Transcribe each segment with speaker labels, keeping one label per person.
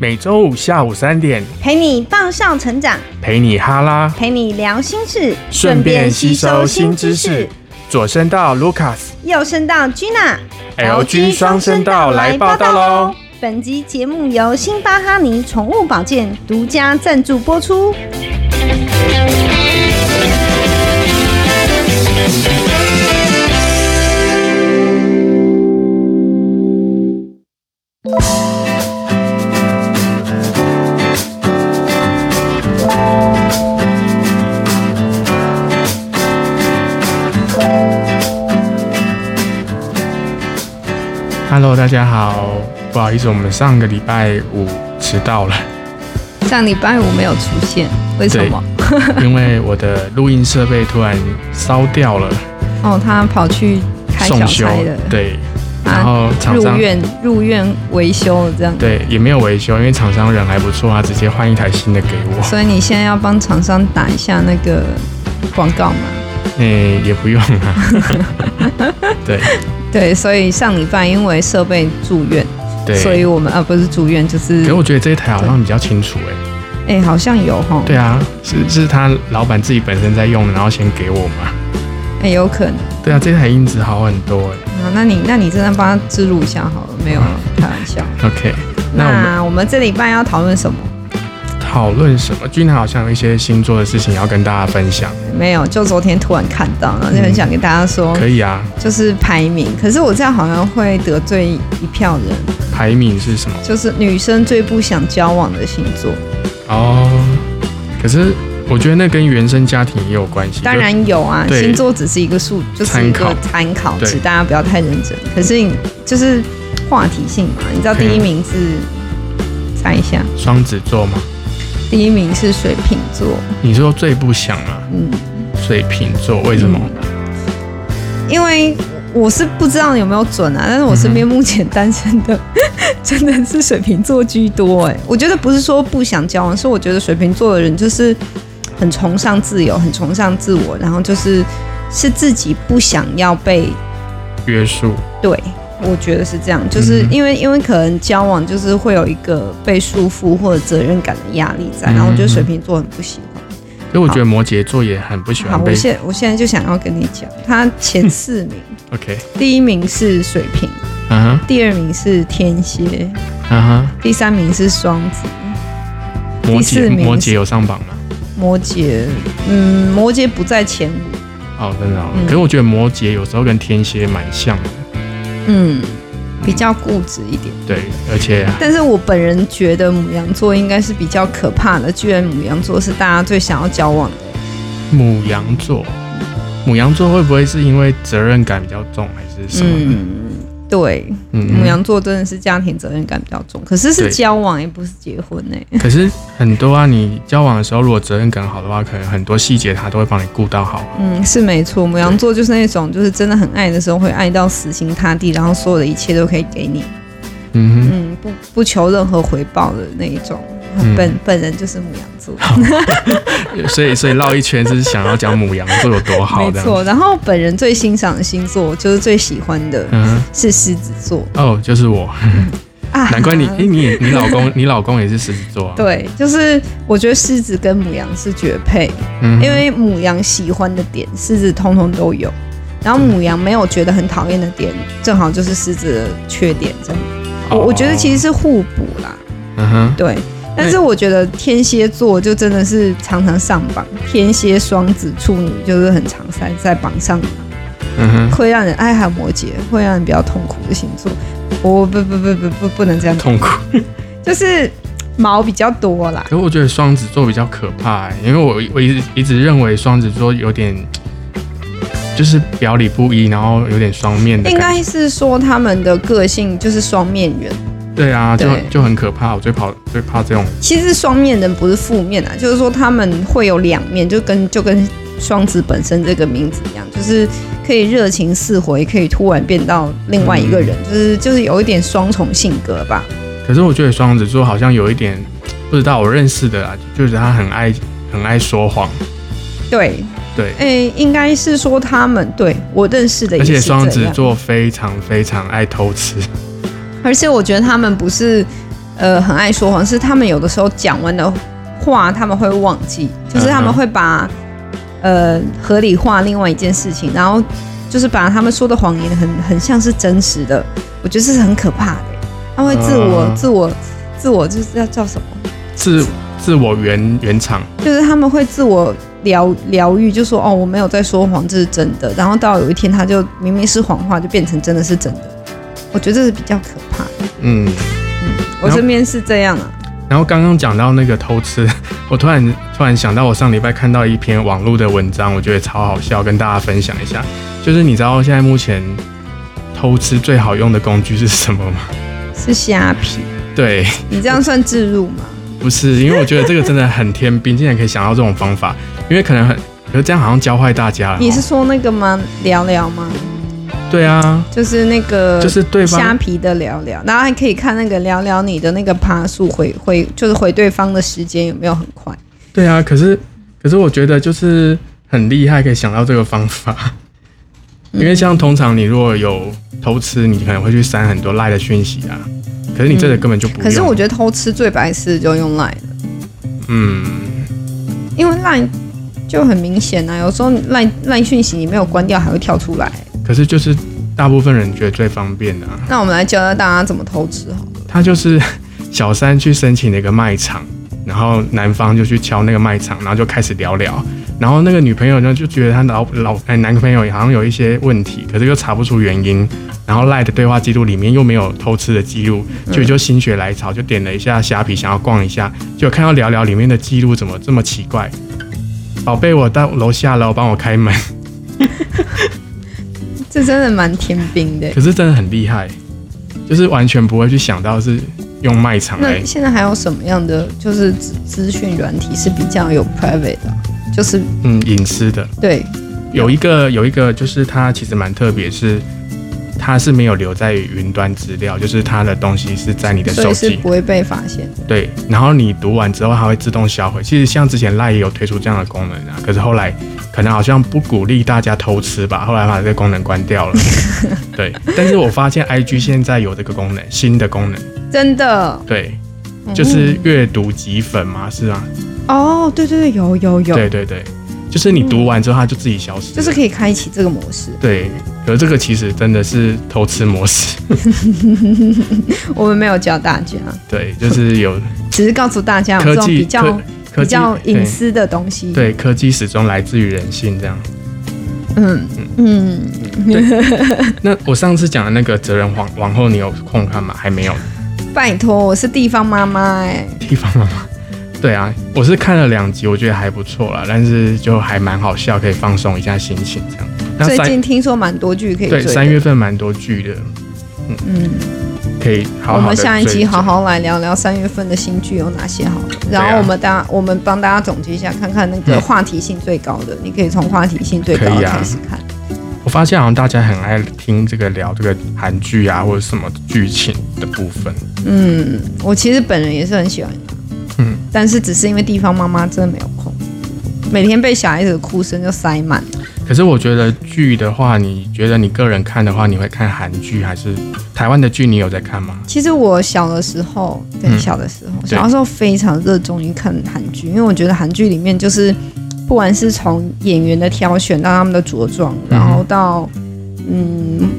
Speaker 1: 每周五下午三点，
Speaker 2: 陪你棒上成长，
Speaker 1: 陪你哈拉，
Speaker 2: 陪你聊心事，
Speaker 1: 顺便吸收新知识。左声道 Lucas，
Speaker 2: 右声道 Gina。
Speaker 1: LG 双声道来报道喽！
Speaker 2: 本集节目由辛巴哈尼宠物保健独家赞助播出。
Speaker 1: Hello，大家好，不好意思，我们上个礼拜五迟到 了，
Speaker 3: 上礼拜五没有出现，为什么？
Speaker 1: 因为我的录音设备突然烧掉了，
Speaker 3: 哦，他跑去开小
Speaker 1: 送修
Speaker 3: 差了，，
Speaker 1: 对，然
Speaker 3: 啊，
Speaker 1: 后厂
Speaker 3: 入
Speaker 1: 商
Speaker 3: 院入院维修了这样，
Speaker 1: 对也没有维修，因为厂商人还不错，他直接换一台新的给我，
Speaker 3: 所以你现在要帮厂商打一下那个广告嘛？
Speaker 1: 诶、哎也不用啊， 对
Speaker 3: 对，所以上礼拜因为设备住院，
Speaker 1: 对，
Speaker 3: 所以我们啊不是住院就是
Speaker 1: 可是我觉得这一台好像比较清楚诶、
Speaker 3: 哎、好像有哈，
Speaker 1: 对啊，是是他老板自己本身在用的，然后先给我嘛，
Speaker 3: 哎、有可能
Speaker 1: 对啊，这台音质好很多诶、欸
Speaker 3: 啊，那你那你真的帮他植入一下好了，没有啊开玩笑。
Speaker 1: OK，那我们
Speaker 3: 那我们这礼拜要讨论什么？
Speaker 1: 讨论什么？君娜好像有一些星座的事情要跟大家分享，
Speaker 3: 没有，就昨天突然看到，然后就很想跟大家说，
Speaker 1: 可以啊。
Speaker 3: 就是排名。可是我这样好像会得罪一票人，
Speaker 1: 排名是什么？
Speaker 3: 就是女生最不想交往的星座，
Speaker 1: 哦，可是我觉得那跟原生家庭也有关系。
Speaker 3: 当然有啊，
Speaker 1: 对
Speaker 3: 星座只是一个数，就是
Speaker 1: 参
Speaker 3: 一个
Speaker 1: 考
Speaker 3: 参考
Speaker 1: 对
Speaker 3: 值，大家不要太认真。可是你就是话题性嘛，你知道
Speaker 1: 可
Speaker 3: 第
Speaker 1: 以
Speaker 3: 一名是，猜一下，
Speaker 1: 就双子座嘛，
Speaker 3: 第一名是水瓶座，
Speaker 1: 你说最不想嘛？
Speaker 3: 嗯，
Speaker 1: 水瓶座为什么？
Speaker 3: 因为我是不知道有没有准啊，但是我身边目前单身
Speaker 1: 嗯
Speaker 3: 的、 真的是水瓶座居多哎、我觉得不是说不想交往，是我觉得水瓶座的人就是很崇尚自由，很崇尚自我，然后就是是自己不想要被
Speaker 1: 约束？
Speaker 3: 对。我觉得是这样，就是
Speaker 1: 嗯
Speaker 3: 因为、因为可能交往就是会有一个被束缚或者责任感的压力
Speaker 1: 嗯
Speaker 3: 在，然后我觉得水瓶座很不喜欢。
Speaker 1: 所以我觉得摩羯座也很不喜
Speaker 3: 好，
Speaker 1: 欢
Speaker 3: 我
Speaker 1: 被。
Speaker 3: 现我现在就想要跟你讲，他前四 名，
Speaker 1: OK，
Speaker 3: 第一名是水瓶，
Speaker 1: 嗯哼，
Speaker 3: 第二名是天蝎，
Speaker 1: 嗯
Speaker 3: 第三名是双子，
Speaker 1: 哼，摩
Speaker 3: 第四
Speaker 1: 羯
Speaker 3: 名是
Speaker 1: 摩羯有上榜吗？
Speaker 3: 摩羯，嗯，摩羯不在前五，
Speaker 1: 哦，真的、哦。
Speaker 3: 嗯
Speaker 1: 可是我觉得摩羯有时候跟天蝎蛮像的，
Speaker 3: 嗯，比较固执一点。
Speaker 1: 对，而且
Speaker 3: 但是我本人觉得母羊座应该是比较可怕的，居然母羊座是大家最想要交往的。
Speaker 1: 母羊座，母羊座会不会是因为责任感比较重，还是什么？
Speaker 3: 嗯，对，
Speaker 1: 嗯
Speaker 3: 母羊座真的是家庭责任感比较重，可是是
Speaker 1: 对
Speaker 3: 交往也不是结婚欸呢、
Speaker 1: 可是很多啊，你交往的时候如果责任感好的话，可能很多细节他都会帮你顾到好。
Speaker 3: 嗯，是没错，母羊座就是那种就是真的很爱的时候会爱到死心塌地，然后所有的一切都可以给你。
Speaker 1: 嗯
Speaker 3: 嗯，不不求任何回报的那一种。
Speaker 1: 嗯
Speaker 3: 本本人就是母羊座，
Speaker 1: 哼，所以所以绕一圈是想要讲母羊座有多 好
Speaker 3: 没
Speaker 1: 的。
Speaker 3: 错。然后本人最欣赏的星座，就是最喜欢的
Speaker 1: 嗯
Speaker 3: 是狮子座
Speaker 1: 哼，哦，就是我，
Speaker 3: 啊。
Speaker 1: 难怪 你，诶，你也你老公，你老公也是狮子座啊，
Speaker 3: 对，就是我觉得狮子跟母羊是绝配，
Speaker 1: 嗯哼，
Speaker 3: 因为母羊喜欢的点，狮子通通都有。然后母羊没有觉得很讨厌的点，正好就是狮子的缺点，这样。我、
Speaker 1: 哦
Speaker 3: 我觉得其
Speaker 1: 实，
Speaker 3: 实是互补啦，
Speaker 1: 嗯哼，
Speaker 3: 对。但是我觉得天蝎座就真的是常常上榜，天蝎、双子、处女就是很常在在榜上，
Speaker 1: 嗯哼，
Speaker 3: 会让人爱还有摩羯，会让人比较痛苦的星座。我不不不不不不能这样讲，
Speaker 1: 痛苦。
Speaker 3: 就是毛比较多啦。
Speaker 1: 可是我觉得双子座比较可怕、欸因为我我一直一直认为双子座有点就是表里不一，然后有点双面的
Speaker 3: 应
Speaker 1: 感觉。
Speaker 3: 该是说他们的个性就是双面人。
Speaker 1: 对啊，就
Speaker 3: 对
Speaker 1: 就很可怕。我最怕最怕这种，
Speaker 3: 其实双面人不是负面啊，就是说他们会有两面，就跟就跟双子本身这个名字一样，就是可以热情似火，也可以突然变到另外一个
Speaker 1: 嗯
Speaker 3: 人，就是就是有一点双重性格吧。
Speaker 1: 可是我觉得双子座好像有一点不知道我认识的啊，就是他很爱很爱说谎。
Speaker 3: 对，
Speaker 1: 对，
Speaker 3: 诶、应该是说他们对我认识的也
Speaker 1: 而
Speaker 3: 是
Speaker 1: 且双
Speaker 3: 这
Speaker 1: 子
Speaker 3: 样
Speaker 1: 座非常非常爱偷吃。
Speaker 3: 而且我觉得他们不是呃很爱说谎，是他们有的时候讲完的话他们会忘记，就是他
Speaker 1: 嗯
Speaker 3: 们
Speaker 1: 哼
Speaker 3: 会把、呃合理化另外一件事情，然后就是把他们说的谎言很很像是真实的，我觉得这是很可怕的。他会自我、
Speaker 1: 嗯
Speaker 3: 自我自我就是要叫什么？
Speaker 1: 自自我原原厂，
Speaker 3: 就是他们会自我疗疗愈，就说哦，我没有在说谎，这是真的。然后到有一天，他就明明是谎话，就变成真的是真的。我觉得这是比较可怕的。
Speaker 1: 嗯。
Speaker 3: 我身边是这样啊，
Speaker 1: 然后刚刚讲到那个偷吃， 我突然突然想到，我上礼拜看到一篇网络的文章，我觉得超好笑，跟大家分享一下。就是你知道现在目前偷吃最好用的工具是什么吗？
Speaker 3: 是虾皮。
Speaker 1: 对，
Speaker 3: 你这样算置入吗？
Speaker 1: 不是，因为我觉得这个真的很天兵，竟然可以想到这种方法，因为可能很，可是这样好像教坏大家了哦。
Speaker 3: 你是说那个吗？聊聊吗？
Speaker 1: 对啊，
Speaker 3: 就是那个，
Speaker 1: 就是对
Speaker 3: 虾
Speaker 1: 方
Speaker 3: 皮的聊聊，然后还可以看那个聊聊你的那个爬速回回，就是回对方的时间有没有很快？
Speaker 1: 对啊，可是可是我觉得就是很厉害，可以想到这个方法。
Speaker 3: 嗯
Speaker 1: 因为像通常你如果有偷吃，你可能会去删很多赖的讯息啊。可是你这个根本就不用。
Speaker 3: 嗯可是我觉得偷吃最白痴的就用 Line 了，
Speaker 1: 嗯，
Speaker 3: 因为 Line 就很明显啊，有时候 Line Line 讯息你没有关掉还会跳出来。
Speaker 1: 可是就是大部分人觉得最方便的、啊，
Speaker 3: 那我们来教教大家怎么偷吃好了。
Speaker 1: 他就是 小三去申请了一个卖场，然后男方就去敲那个卖场，然后就开始聊聊。然后那个女朋友呢就觉得她老老哎男朋友好像有一些问题，可是又查不出原因。然后赖的对话记录里面又没有偷吃的记录，所以就心血来潮就点了一下虾皮，想要逛一下，就看到聊聊里面的记录怎么这么奇怪。宝贝，我到楼下了，帮我开门。
Speaker 3: 这真的蛮天兵的。
Speaker 1: 可是真的很厉害，就是完全不会去想到是用卖场来
Speaker 3: 那现在还有什么样的就是资资讯软体是比较有 private 的啊？就是
Speaker 1: 嗯隐私的。
Speaker 3: 对，
Speaker 1: 有一个有一个就是它其实蛮特别，是它是没有留在云端资料，就是它的东西是在你的
Speaker 3: 所
Speaker 1: 手
Speaker 3: 以是
Speaker 1: 机
Speaker 3: 不会被发现的。
Speaker 1: 对，然后你读完之后它会自动销毁。其实像之前赖也有推出这样的功能啊，可是后来可能好像不鼓励大家偷吃吧，后来把这个功能关掉 了。对，但是我发现 IG 现在有这个功能，新的功能，
Speaker 3: 真的
Speaker 1: 对，
Speaker 3: 嗯
Speaker 1: 就是阅读积粉嘛，是吗？
Speaker 3: 哦，对对对，有有有，
Speaker 1: 对对对，就是你读完之后它就自己消失了，
Speaker 3: 就是可以开启这个模式。
Speaker 1: 对。可是这个其实真的是偷吃模式。
Speaker 3: 我们没有教大家，
Speaker 1: 对，就是有
Speaker 3: 只是告诉大家有
Speaker 1: 科
Speaker 3: 这种
Speaker 1: 技
Speaker 3: 比较
Speaker 1: 科科
Speaker 3: 比
Speaker 1: 技
Speaker 3: 较
Speaker 1: 对
Speaker 3: 隐私的东西。，
Speaker 1: 对科技始终来自于人性这样。
Speaker 3: 嗯嗯，
Speaker 1: 那我上次讲的那个责任皇王后，你有空看吗？还没有
Speaker 3: 拜托，我是地方妈妈哎、
Speaker 1: 地方了吗？ 对啊，我是看了两集，我觉得还不错啦，但是就还蛮好笑，可以放松一下心情这样。那
Speaker 3: 最
Speaker 1: 三
Speaker 3: 近听说蛮多剧可以追
Speaker 1: 对
Speaker 3: 的。
Speaker 1: 三月份蛮多剧的，
Speaker 3: 嗯，
Speaker 1: 可以好好
Speaker 3: 我
Speaker 1: 地
Speaker 3: 们下一
Speaker 1: 追
Speaker 3: 期
Speaker 1: 着
Speaker 3: 好好来聊聊三月份的新剧有哪些好了，然
Speaker 1: 对啊
Speaker 3: 后我们大家我们帮大家总结一下，看看那个
Speaker 1: 嗯
Speaker 3: 话题性最高的，你可以从话题性最高
Speaker 1: 可以
Speaker 3: 的
Speaker 1: 啊
Speaker 3: 开始看。
Speaker 1: 我发现好像大家很爱听这个聊这个韩剧啊，或者什么剧情的部分。
Speaker 3: 嗯，我其实本人也是很喜欢，
Speaker 1: 嗯，
Speaker 3: 但是只是因为地方妈妈真的没有空，每天被小孩子的哭声就塞满了。
Speaker 1: 可是我觉得剧的话，你觉得你个人看的话，你会看韩剧还是台湾的剧？你有在看吗？
Speaker 3: 其实我小的时候，对，
Speaker 1: 嗯
Speaker 3: 小的时候，
Speaker 1: 对
Speaker 3: 小的时候非常热衷于看韩剧，因为我觉得韩剧里面就是，不管是从演员的挑选到他们的着装，然后到嗯，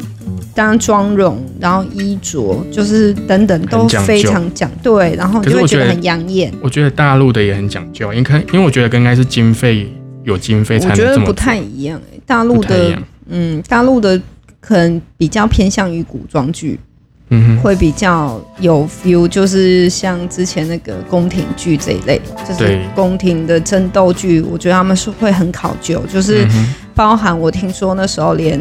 Speaker 3: 当然妆容，然后衣着，就是等等都
Speaker 1: 很讲究
Speaker 3: 非常讲对，然后你
Speaker 1: 可
Speaker 3: 就
Speaker 1: 是
Speaker 3: 会
Speaker 1: 我
Speaker 3: 觉得
Speaker 1: 觉得
Speaker 3: 很养眼。
Speaker 1: 我觉得大陆的也很讲究，因为看因为我觉得应该是经费有经费才
Speaker 3: 我
Speaker 1: 能
Speaker 3: 觉
Speaker 1: 这
Speaker 3: 得
Speaker 1: 么做
Speaker 3: 不太一样、欸，大陆
Speaker 1: 不太一
Speaker 3: 的
Speaker 1: 样。
Speaker 3: 嗯，大陆的可能比较偏向于古装剧，
Speaker 1: 嗯哼，
Speaker 3: 会比较有 feel，就是像之前那个宫廷剧这一类，就是
Speaker 1: 对
Speaker 3: 宫廷的争斗剧，我觉得他们是会很考究，就是
Speaker 1: 嗯哼
Speaker 3: 包含我听说那时候连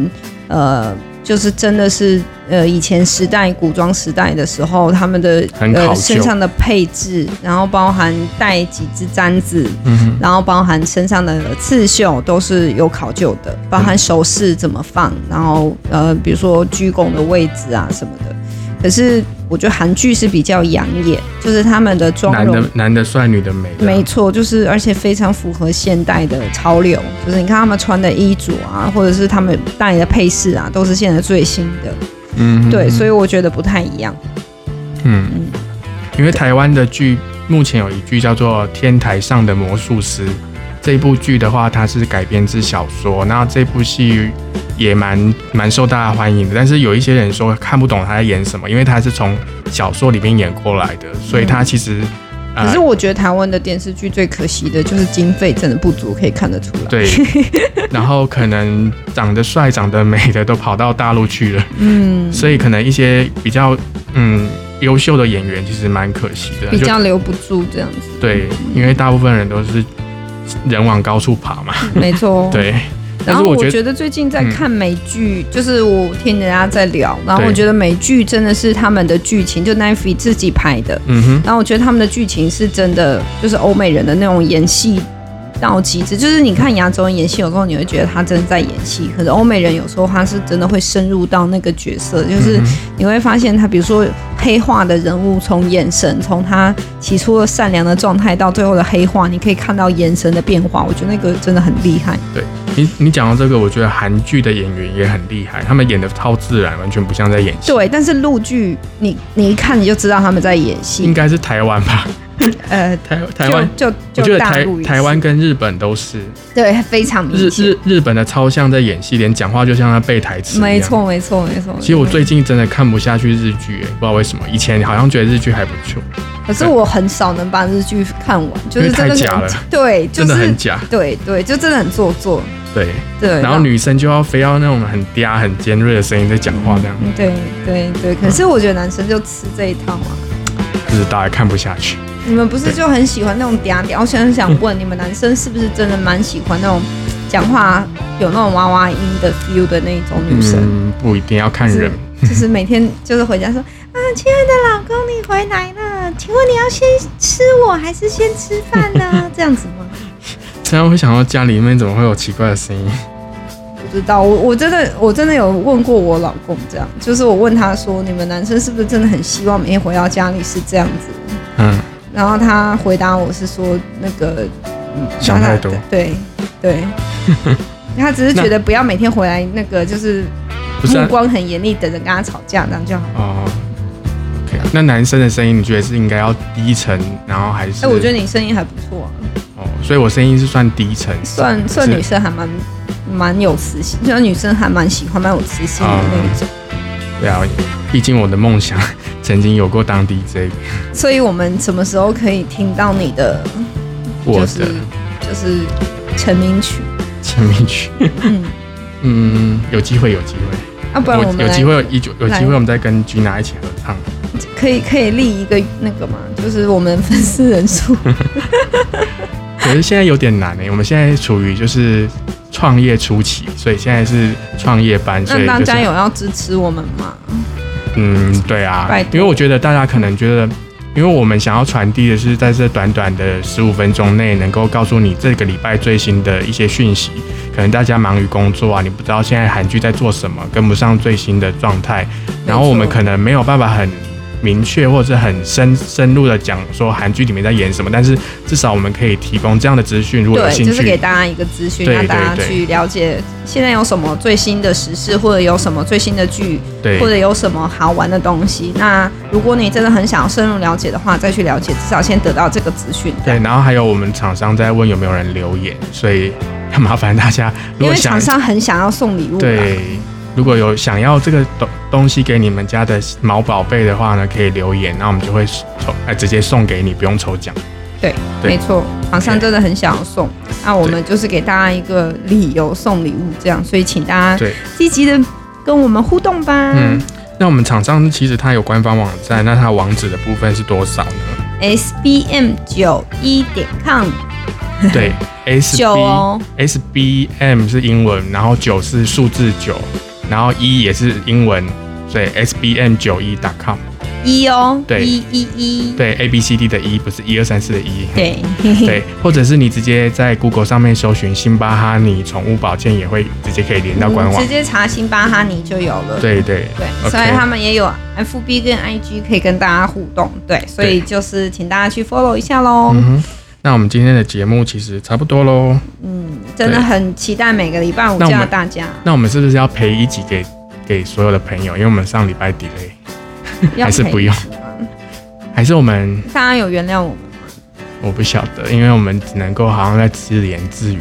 Speaker 3: 呃，就是真的是呃以前时代古装时代的时候，他们的
Speaker 1: 很考究
Speaker 3: 呃身上的配置，然后包含带几只簪子，
Speaker 1: 嗯哼，
Speaker 3: 然后包含身上的刺绣都是有考究的，包含手势怎么放，然后呃，比如说鞠躬的位置啊什么的。可是我觉得韩剧是比较养眼，就是他们的妆
Speaker 1: 男
Speaker 3: 容
Speaker 1: 的男的帅，女的美，啊
Speaker 3: 没错，就是而且非常符合现代的潮流，就是你看他们穿的衣着啊，或者是他们戴的配饰啊，都是现在最新的。
Speaker 1: 嗯哼
Speaker 3: 对，所
Speaker 1: 以
Speaker 3: 以我觉得不太一样。
Speaker 1: 嗯，因为台湾的剧目前有一剧叫做《天台上的魔术师》，这部剧的话，它是改编自小说，那这部戏也蛮蛮受大家欢迎的。但是有一些人说看不懂他在演什么，因为他是从小说里面演过来的，所以他其实、呃
Speaker 3: 嗯可是我觉得台湾的电视剧最可惜的就是经费真的不足，可以看得出来。
Speaker 1: 对， 然后可能长得帅、长得美的都跑到大陆去了，
Speaker 3: 嗯，
Speaker 1: 所以可能一些比较嗯优秀的演员其实蛮可惜的，
Speaker 3: 比
Speaker 1: 就
Speaker 3: 较留不住这样 子，
Speaker 1: 对，因为大部分人都是人往高处爬嘛，
Speaker 3: 没错。。
Speaker 1: 对。但是
Speaker 3: 然后我
Speaker 1: 觉嗯
Speaker 3: 觉得最近在看美剧，就是我听人家在聊，然后
Speaker 1: 对
Speaker 3: 我觉得美剧真的是他们的剧情，就 n i f i 自己拍的，
Speaker 1: 嗯哼，
Speaker 3: 然后我觉得他们的剧情是真的，就是欧美人的那种演戏到极致。就是你看亚洲人演戏，有时候你会觉得他真的在演戏，可是欧美人有时候他是真的会深入到那个角色，就是
Speaker 1: 嗯哼
Speaker 3: 你会发现他，比如说黑化的人物，从眼神，从他起初的善良的状态到最后的黑化，你可以看到眼神的变化。我觉得那个真的很厉害。
Speaker 1: 你你讲到这个，我觉得韩剧的演员也很厉害，他们演的超自然，完全不像在演戏。，
Speaker 3: 对，但是陆剧你你一看你就知道他们在演
Speaker 1: 应
Speaker 3: 戏，
Speaker 1: 该是台湾吧？
Speaker 3: 呃，
Speaker 1: 台台
Speaker 3: 就
Speaker 1: 湾，
Speaker 3: 就
Speaker 1: 我觉
Speaker 3: 就
Speaker 1: 得
Speaker 3: 大
Speaker 1: 台
Speaker 3: 陆也是
Speaker 1: 台湾跟日本都是
Speaker 3: 对非常明
Speaker 1: 日
Speaker 3: 显，
Speaker 1: 日日本的超像在演戏，连讲话就像在背台词。
Speaker 3: 没。错没错没错。
Speaker 1: 啊其实我
Speaker 3: 没错
Speaker 1: 最近真的看不下去日剧、欸，不知道为什么。以前好像觉得日剧还不错，
Speaker 3: 可是我很少能把日剧看完，就
Speaker 1: 因
Speaker 3: 是
Speaker 1: 为太
Speaker 3: 真的
Speaker 1: 假
Speaker 3: 很
Speaker 1: 了
Speaker 3: 对，就
Speaker 1: 真的
Speaker 3: 是
Speaker 1: 很假。
Speaker 3: 对对，就真的很做作，
Speaker 1: 对，
Speaker 3: 对。啊
Speaker 1: 然后女生就要非要那种很嗲、很尖锐的声音在讲话，这样
Speaker 3: 嗯对对对，可是我觉得男生就吃这一套啊。
Speaker 1: 就是大家看不下去。
Speaker 3: 你们不是就很喜欢那种嗲嗲？我想想问，你们男生是不是真的蛮喜欢那种讲话有那种娃娃音的 feel 的那种女生？
Speaker 1: 嗯，不一定要看
Speaker 3: 就是
Speaker 1: 人，
Speaker 3: 就是每天就是回家说啊，亲爱的老公，你回来了，请问你要先吃我还是先吃饭 呢？这样子吗？
Speaker 1: 虽然会想到家里面怎么会有奇怪的声音。
Speaker 3: 不知道，我我真的我真的有问过我老公，这样就是我问他说，你们男生是不是真的很希望每天回到家里是这样子？
Speaker 1: 嗯，
Speaker 3: 然后他回答我是说那个嗯
Speaker 1: 想太
Speaker 3: 他
Speaker 1: 多
Speaker 3: 对 对，他只是觉得不要每天回来那个就是
Speaker 1: 不是、
Speaker 3: 目
Speaker 1: 啊、
Speaker 3: 光很严厉，等着跟他吵架这样就好。
Speaker 1: 哦。OK，那啊男生的声音你觉得是应该要低沉，然后还是？
Speaker 3: 哎、我觉得你声音还不错、啊，
Speaker 1: 哦，所以我声音是算低沉，
Speaker 3: 算算
Speaker 1: 嗯是
Speaker 3: 女生还蛮蛮有磁性，算女生还蛮喜欢蛮有磁性
Speaker 1: 啊
Speaker 3: 的那一种。
Speaker 1: 对啊，毕竟我的梦想曾经有过当 DJ，
Speaker 3: 所以我们什么时候可以听到你的
Speaker 1: 我
Speaker 3: 就是
Speaker 1: 的
Speaker 3: 就是成名曲，
Speaker 1: 成名曲。
Speaker 3: 嗯，
Speaker 1: 嗯，有机会，有机会。
Speaker 3: 啊，不然我
Speaker 1: 有
Speaker 3: 们
Speaker 1: 有
Speaker 3: 来
Speaker 1: 机会有一有有
Speaker 3: 来
Speaker 1: 机会我们再跟 Gina 一起合唱。
Speaker 3: 可以可以立一个那个嘛，就是我们粉丝人数，
Speaker 1: 可是现在有点难呢、欸我们现在处于就是创业初期，所以现在是创业班，所以
Speaker 3: 那大
Speaker 1: 就
Speaker 3: 家
Speaker 1: 是
Speaker 3: 有要支持我们嘛？
Speaker 1: 嗯，对啊
Speaker 3: 拜，托
Speaker 1: 因为我觉得大家可能觉得。因为我们想要传递的是，在这短短的十五分钟内，能够告诉你这个礼拜最新的一些讯息。可能大家忙于工作啊，你不知道现在韩剧在做什么，跟不上最新的状态，然后我们可能没有办法很明确或者很深深入的讲说韩剧里面在演什么，但是至少我们可以提供这样的资讯。如果有
Speaker 3: 对，
Speaker 1: 兴
Speaker 3: 就是给
Speaker 1: 趣，
Speaker 3: 大家一个资讯，
Speaker 1: 对
Speaker 3: 让大家
Speaker 1: 对对
Speaker 3: 去了解现在有什么最新的时事，或者有什么最新的剧，
Speaker 1: 对
Speaker 3: 或者有什么好玩的东西。那如果你真的很想要深入了解的话，再去了解，至少先得到这个资讯。
Speaker 1: 对，然后还有我们厂商在问有没有人留言，所以要麻烦大家，如
Speaker 3: 因
Speaker 1: 果
Speaker 3: 为
Speaker 1: 想
Speaker 3: 厂商很想要送礼物，，
Speaker 1: 对，如果有想要这个东东西给你们家的毛宝贝的话呢，可以留言，那我们就会抽，哎，直接送给你，不用抽奖。
Speaker 3: 对，
Speaker 1: 对
Speaker 3: 没错，厂商
Speaker 1: OK
Speaker 3: 真的很想要送，那我们就是给大家一个理由送礼物，这样，所以请大家
Speaker 1: 对，
Speaker 3: 积极的跟我们互动吧。
Speaker 1: 嗯，那我们厂商其实它有官方网站，那它网址的部分是多少 呢？
Speaker 3: s b m 九一点 com
Speaker 1: 对，S
Speaker 3: 九
Speaker 1: B
Speaker 3: 哦，
Speaker 1: S B M 是英文，然后九是数字九，然后一也是英文，所以 S B M 九一 .com。
Speaker 3: 一哦，
Speaker 1: 对
Speaker 3: 一一一，
Speaker 1: 对，A B C D 的一不是一二三四的一。
Speaker 3: 对，
Speaker 1: 对，或者是你直接在 Google 上面搜寻“辛巴哈尼宠物保健”，也会直接可以连到官
Speaker 3: 你
Speaker 1: 网
Speaker 3: 直。接查辛巴哈尼就有了。
Speaker 1: 对对
Speaker 3: 对
Speaker 1: OK
Speaker 3: 所以他们也有 FB 跟 IG 可以跟大家互动，对，所以就是请大家去 follow 一下喽。
Speaker 1: 嗯哼，那我们今天的节目其实差不多喽。
Speaker 3: 真的很期待每个礼拜五
Speaker 1: 那我
Speaker 3: 见
Speaker 1: 们
Speaker 3: 到大家，
Speaker 1: 那我们是不是要陪一集给给所有的朋友？因为我们上礼拜 delay，
Speaker 3: 要
Speaker 1: 还是
Speaker 3: 陪
Speaker 1: 不用
Speaker 3: 一起吗
Speaker 1: 还是我们
Speaker 3: 大家有原谅我们？
Speaker 1: 我不晓得，因为我们只能够好像在自言自语。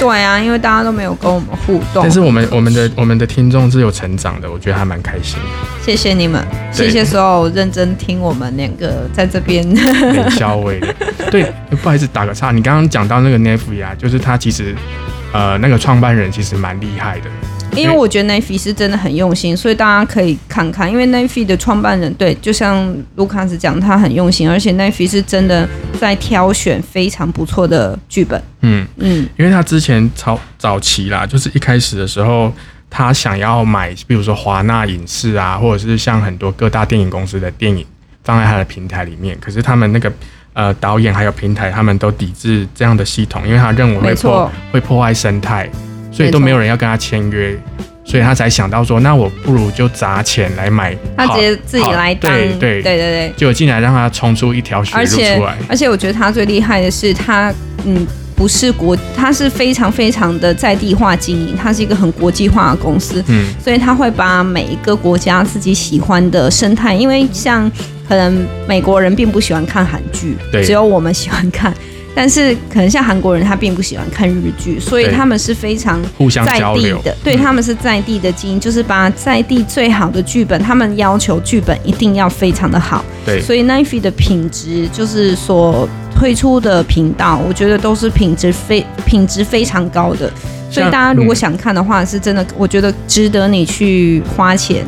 Speaker 3: 对啊，因为大家都没有跟我们互动。
Speaker 1: 但是我们我们的我们的听众是有成长的，我觉得还蛮开心的。
Speaker 3: 谢谢你们，
Speaker 1: 对
Speaker 3: 谢谢所有认真听我们两个在 这边。
Speaker 1: 很消味的。对，不好意思，打个岔，你刚刚讲到那个 Neffy 啊，就是他其实呃那个创办人其实蛮厉害的，
Speaker 3: 因为我觉得 Navy 是真的很用心，所以大家可以看看。因为 Navy 的创办人，对，就像卢卡斯讲，他很用心，而且 Navy 是真的在挑选非常不错的剧本。
Speaker 1: 嗯，
Speaker 3: 嗯，
Speaker 1: 因为他之前早早期啦，就是一开始的时候。他想要买，比如说华纳影视啊，或者是像很多各大电影公司的电影放在他的平台里面，可是他们那个呃导演还有平台，他们都抵制这样的系统，因为他认为会
Speaker 3: 没
Speaker 1: 破
Speaker 3: 错，
Speaker 1: 会破坏生态，所以都
Speaker 3: 没错
Speaker 1: 没有人要跟他签约，所以他才想到说，那我不如就砸钱来买好，
Speaker 3: 他直接自己
Speaker 1: 好
Speaker 3: 来当，
Speaker 1: 对对
Speaker 3: 对对对。
Speaker 1: 结果竟然让他冲出一条血
Speaker 3: 而
Speaker 1: 路
Speaker 3: 且
Speaker 1: 出来，
Speaker 3: 而且我觉得他最厉害的是他，嗯，不是国，他是非常非常的在地化经营，他是一个很国际化的公司，
Speaker 1: 嗯，
Speaker 3: 所以他会把每一个国家自己喜欢的生态，因为像可能美国人并不喜欢看韩剧
Speaker 1: 对，
Speaker 3: 只有我们喜欢看。但是可能像韩国人，他并不喜欢看日剧，所以
Speaker 1: 对
Speaker 3: 他们是非常
Speaker 1: 互相
Speaker 3: 在
Speaker 1: 交
Speaker 3: 地
Speaker 1: 流
Speaker 3: 的，对
Speaker 1: 嗯
Speaker 3: 他们是在地的基因，就是把在地最好的剧本，他们要求剧本一定要非常的好，
Speaker 1: 对
Speaker 3: 所以 n i f e 的品质就是所推出的频道，我觉得都是品质非品质非常高的。所以
Speaker 1: 像
Speaker 3: 大家如果
Speaker 1: 嗯
Speaker 3: 想看的话，是真的，我觉得值得你去花钱。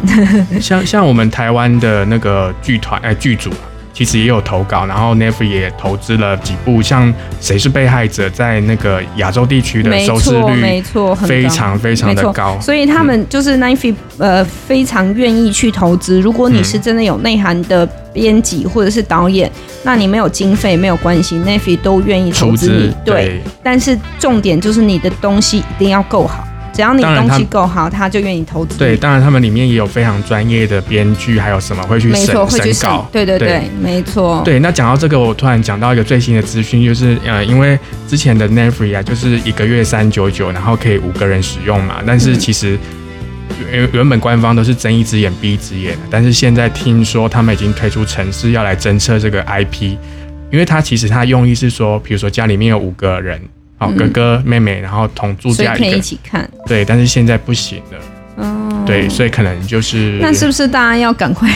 Speaker 1: 像像我们台湾的那个剧团哎剧组啊，其实也有投稿，然后 Neff 也投资了几部，像《谁是被害者》在那个亚洲地区的
Speaker 3: 没
Speaker 1: 收视
Speaker 3: 错，没
Speaker 1: 率
Speaker 3: 错，很高
Speaker 1: 非常非常的高，
Speaker 3: 所以他
Speaker 1: 嗯
Speaker 3: 们就是 n i f e 呃非常愿意去投资。如果你是真的有内涵的编辑或者是导演，那你没有经费没有关系 n i f e 都愿意投
Speaker 1: 出
Speaker 3: 资你
Speaker 1: 资。
Speaker 3: 对，但是重点就是你的东西一定要够好，只要你
Speaker 1: 当然
Speaker 3: 东
Speaker 1: 他
Speaker 3: 西够好，他就愿意投资你。
Speaker 1: 对，当然他们里面也有非常专业的编剧，还有什么会去
Speaker 3: 没错，
Speaker 1: 审
Speaker 3: 会去
Speaker 1: 审
Speaker 3: 审
Speaker 1: 稿，，
Speaker 3: 对对
Speaker 1: 对
Speaker 3: 对，没错，
Speaker 1: 对，那讲到这个，我突然讲到一个最新的资讯，就是呃，因为之前的 Netfree 啊，就是一个月三九九，然后可以五个人使用嘛，但是
Speaker 3: 嗯
Speaker 1: 其实。原原本官方都是睁一只眼闭一只眼，但是现在听说他们已经推出城市要来侦测这个 IP，因为它其实它用意是说，比如说家里面有五个人，好、
Speaker 3: 嗯
Speaker 1: 哥哥妹妹，然后同住
Speaker 3: 所以
Speaker 1: 家
Speaker 3: 可
Speaker 1: 一
Speaker 3: 以一
Speaker 1: 个，
Speaker 3: 起看。
Speaker 1: 对，但是现在不行了，
Speaker 3: 哦，
Speaker 1: 对，所以可能就是，
Speaker 3: 那是不是大家要赶快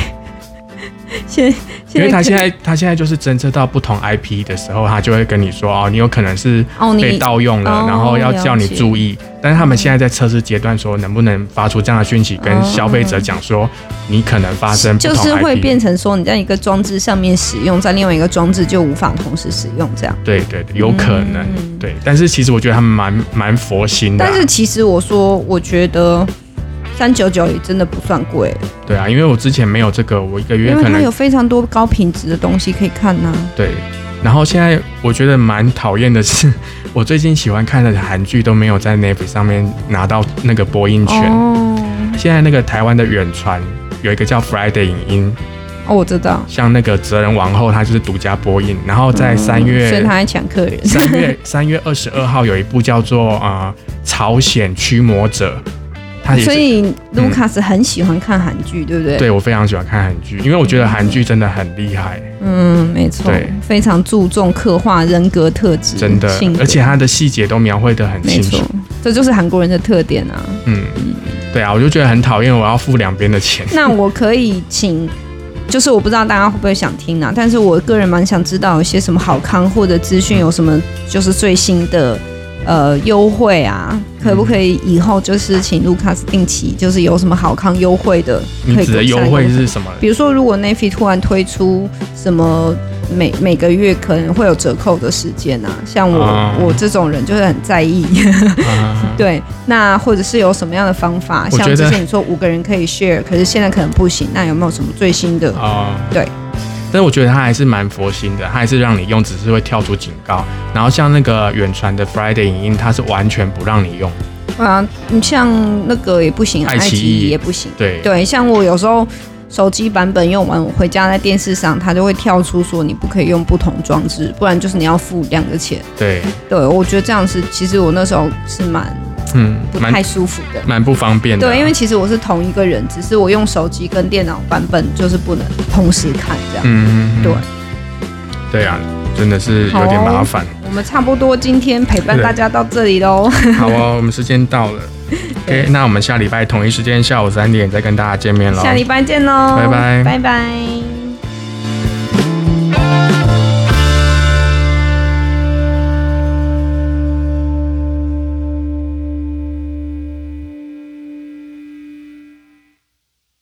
Speaker 3: 先？
Speaker 1: 因为他
Speaker 3: 可以
Speaker 1: 现在他现在就是侦测到不同 IP 的时候，他就会跟你说哦，你有可能是
Speaker 3: 哦，
Speaker 1: 被
Speaker 3: 你
Speaker 1: 盗用了，
Speaker 3: 哦
Speaker 1: 然后要叫你
Speaker 3: 了解嗯
Speaker 1: 注意。但是他们现在在测试阶段，说能不能发出这样的讯息，跟
Speaker 3: 哦
Speaker 1: 消费者讲说，你可能发生不
Speaker 3: 就
Speaker 1: 同 IP，
Speaker 3: 是会变成说你在一个装置上面使用，在另外一个装置就无法同时使用这样。
Speaker 1: 对对对，有可能、对。但是其实我觉得他们蛮蛮佛心的啊、
Speaker 3: 嗯但是其实我说，我觉得三九九也真的不算贵，
Speaker 1: 对啊，因为我之前没有这个，我一个月
Speaker 3: 因为
Speaker 1: 可
Speaker 3: 它
Speaker 1: 能
Speaker 3: 有非常多高品质的东西可以看呐、
Speaker 1: 对。然后现在我觉得蛮讨厌的是， 我最近喜欢看的韩剧都没有在 Netflix 上面拿到那个播映权。
Speaker 3: 哦，
Speaker 1: 现在那个台湾的远传有一个叫 Friday 影音，
Speaker 3: 哦，我知道，
Speaker 1: 像那个《哲人王后》，她就是独家播映。然后在三
Speaker 3: 嗯所以
Speaker 1: 月
Speaker 3: 他在抢客人。
Speaker 1: 三、月三月二十二号有一部叫做啊、呃朝鲜驱魔者》，它也
Speaker 3: 所
Speaker 1: 是嗯
Speaker 3: 以卢卡斯很喜欢看韩剧，对不对？，
Speaker 1: 对我非常喜欢看韩剧，因为我觉得韩剧真的很厉害，
Speaker 3: 嗯，没错
Speaker 1: 对，
Speaker 3: 非常注重刻画人格特质，
Speaker 1: 真的
Speaker 3: 性，格
Speaker 1: 而且它的细节都描绘得很
Speaker 3: 没
Speaker 1: 清
Speaker 3: 错
Speaker 1: 楚。，
Speaker 3: 这就是韩国人的特点 啊。
Speaker 1: 嗯，对啊，我就觉得很讨厌，我要付两边的钱。
Speaker 3: 那我可以请，就是我不知道大家会不会想听啊，但是我个人蛮想知道有些什么好康或者资讯，有什么就是最新的呃优惠啊，可不可以以后就是请卢卡斯定期就是有什么好康优惠的，
Speaker 1: 你
Speaker 3: 可以
Speaker 1: 指的
Speaker 3: 给
Speaker 1: 优
Speaker 3: 我看一
Speaker 1: 惠
Speaker 3: 下
Speaker 1: 是什 么？
Speaker 3: 比如说，如果 n a f i 突然推出什么每每个月可能会有折扣的时间啊，像我、
Speaker 1: 啊
Speaker 3: 我这种人就是很在意，
Speaker 1: 啊
Speaker 3: 对，那或者是有什么样的方法？
Speaker 1: 我觉
Speaker 3: 像
Speaker 1: 得
Speaker 3: 之前你说五个人可以 share，可是现在可能不行，那有没有什么最新的？
Speaker 1: 哦，
Speaker 3: 对。
Speaker 1: 但是我觉得它还是蛮佛心的，它还是让你用，只是会跳出警告。然后像那个远传的 Friday 影音，它是完全不让你用。
Speaker 3: 啊，你像那个也不行，
Speaker 1: 嗯
Speaker 3: 啊
Speaker 1: 爱奇艺
Speaker 3: 爱奇艺也不行。
Speaker 1: 对
Speaker 3: 对，像我有时候手机版本用完，我回家在电视上，它就会跳出说你不可以用不同装置，不然就是你要付两个钱。
Speaker 1: 对
Speaker 3: 对，我觉得这样是，其实我那时候是蛮
Speaker 1: 嗯，
Speaker 3: 不
Speaker 1: 蛮
Speaker 3: 太舒服的。
Speaker 1: 蛮不方便的啊、
Speaker 3: 对，因为其实我是同一个人，只是我用手机跟电脑版本就是不能同时看这样。
Speaker 1: 嗯，嗯嗯
Speaker 3: 对，
Speaker 1: 对啊，真的是有点麻烦。
Speaker 3: 我们差不多今天陪伴
Speaker 1: 对
Speaker 3: 大家到这里喽。
Speaker 1: 好哦，我们时间到了。OK，那我们下礼拜同一时间下午三点再跟大家见面喽。
Speaker 3: 下礼拜见喽，
Speaker 1: 拜拜
Speaker 3: 拜拜。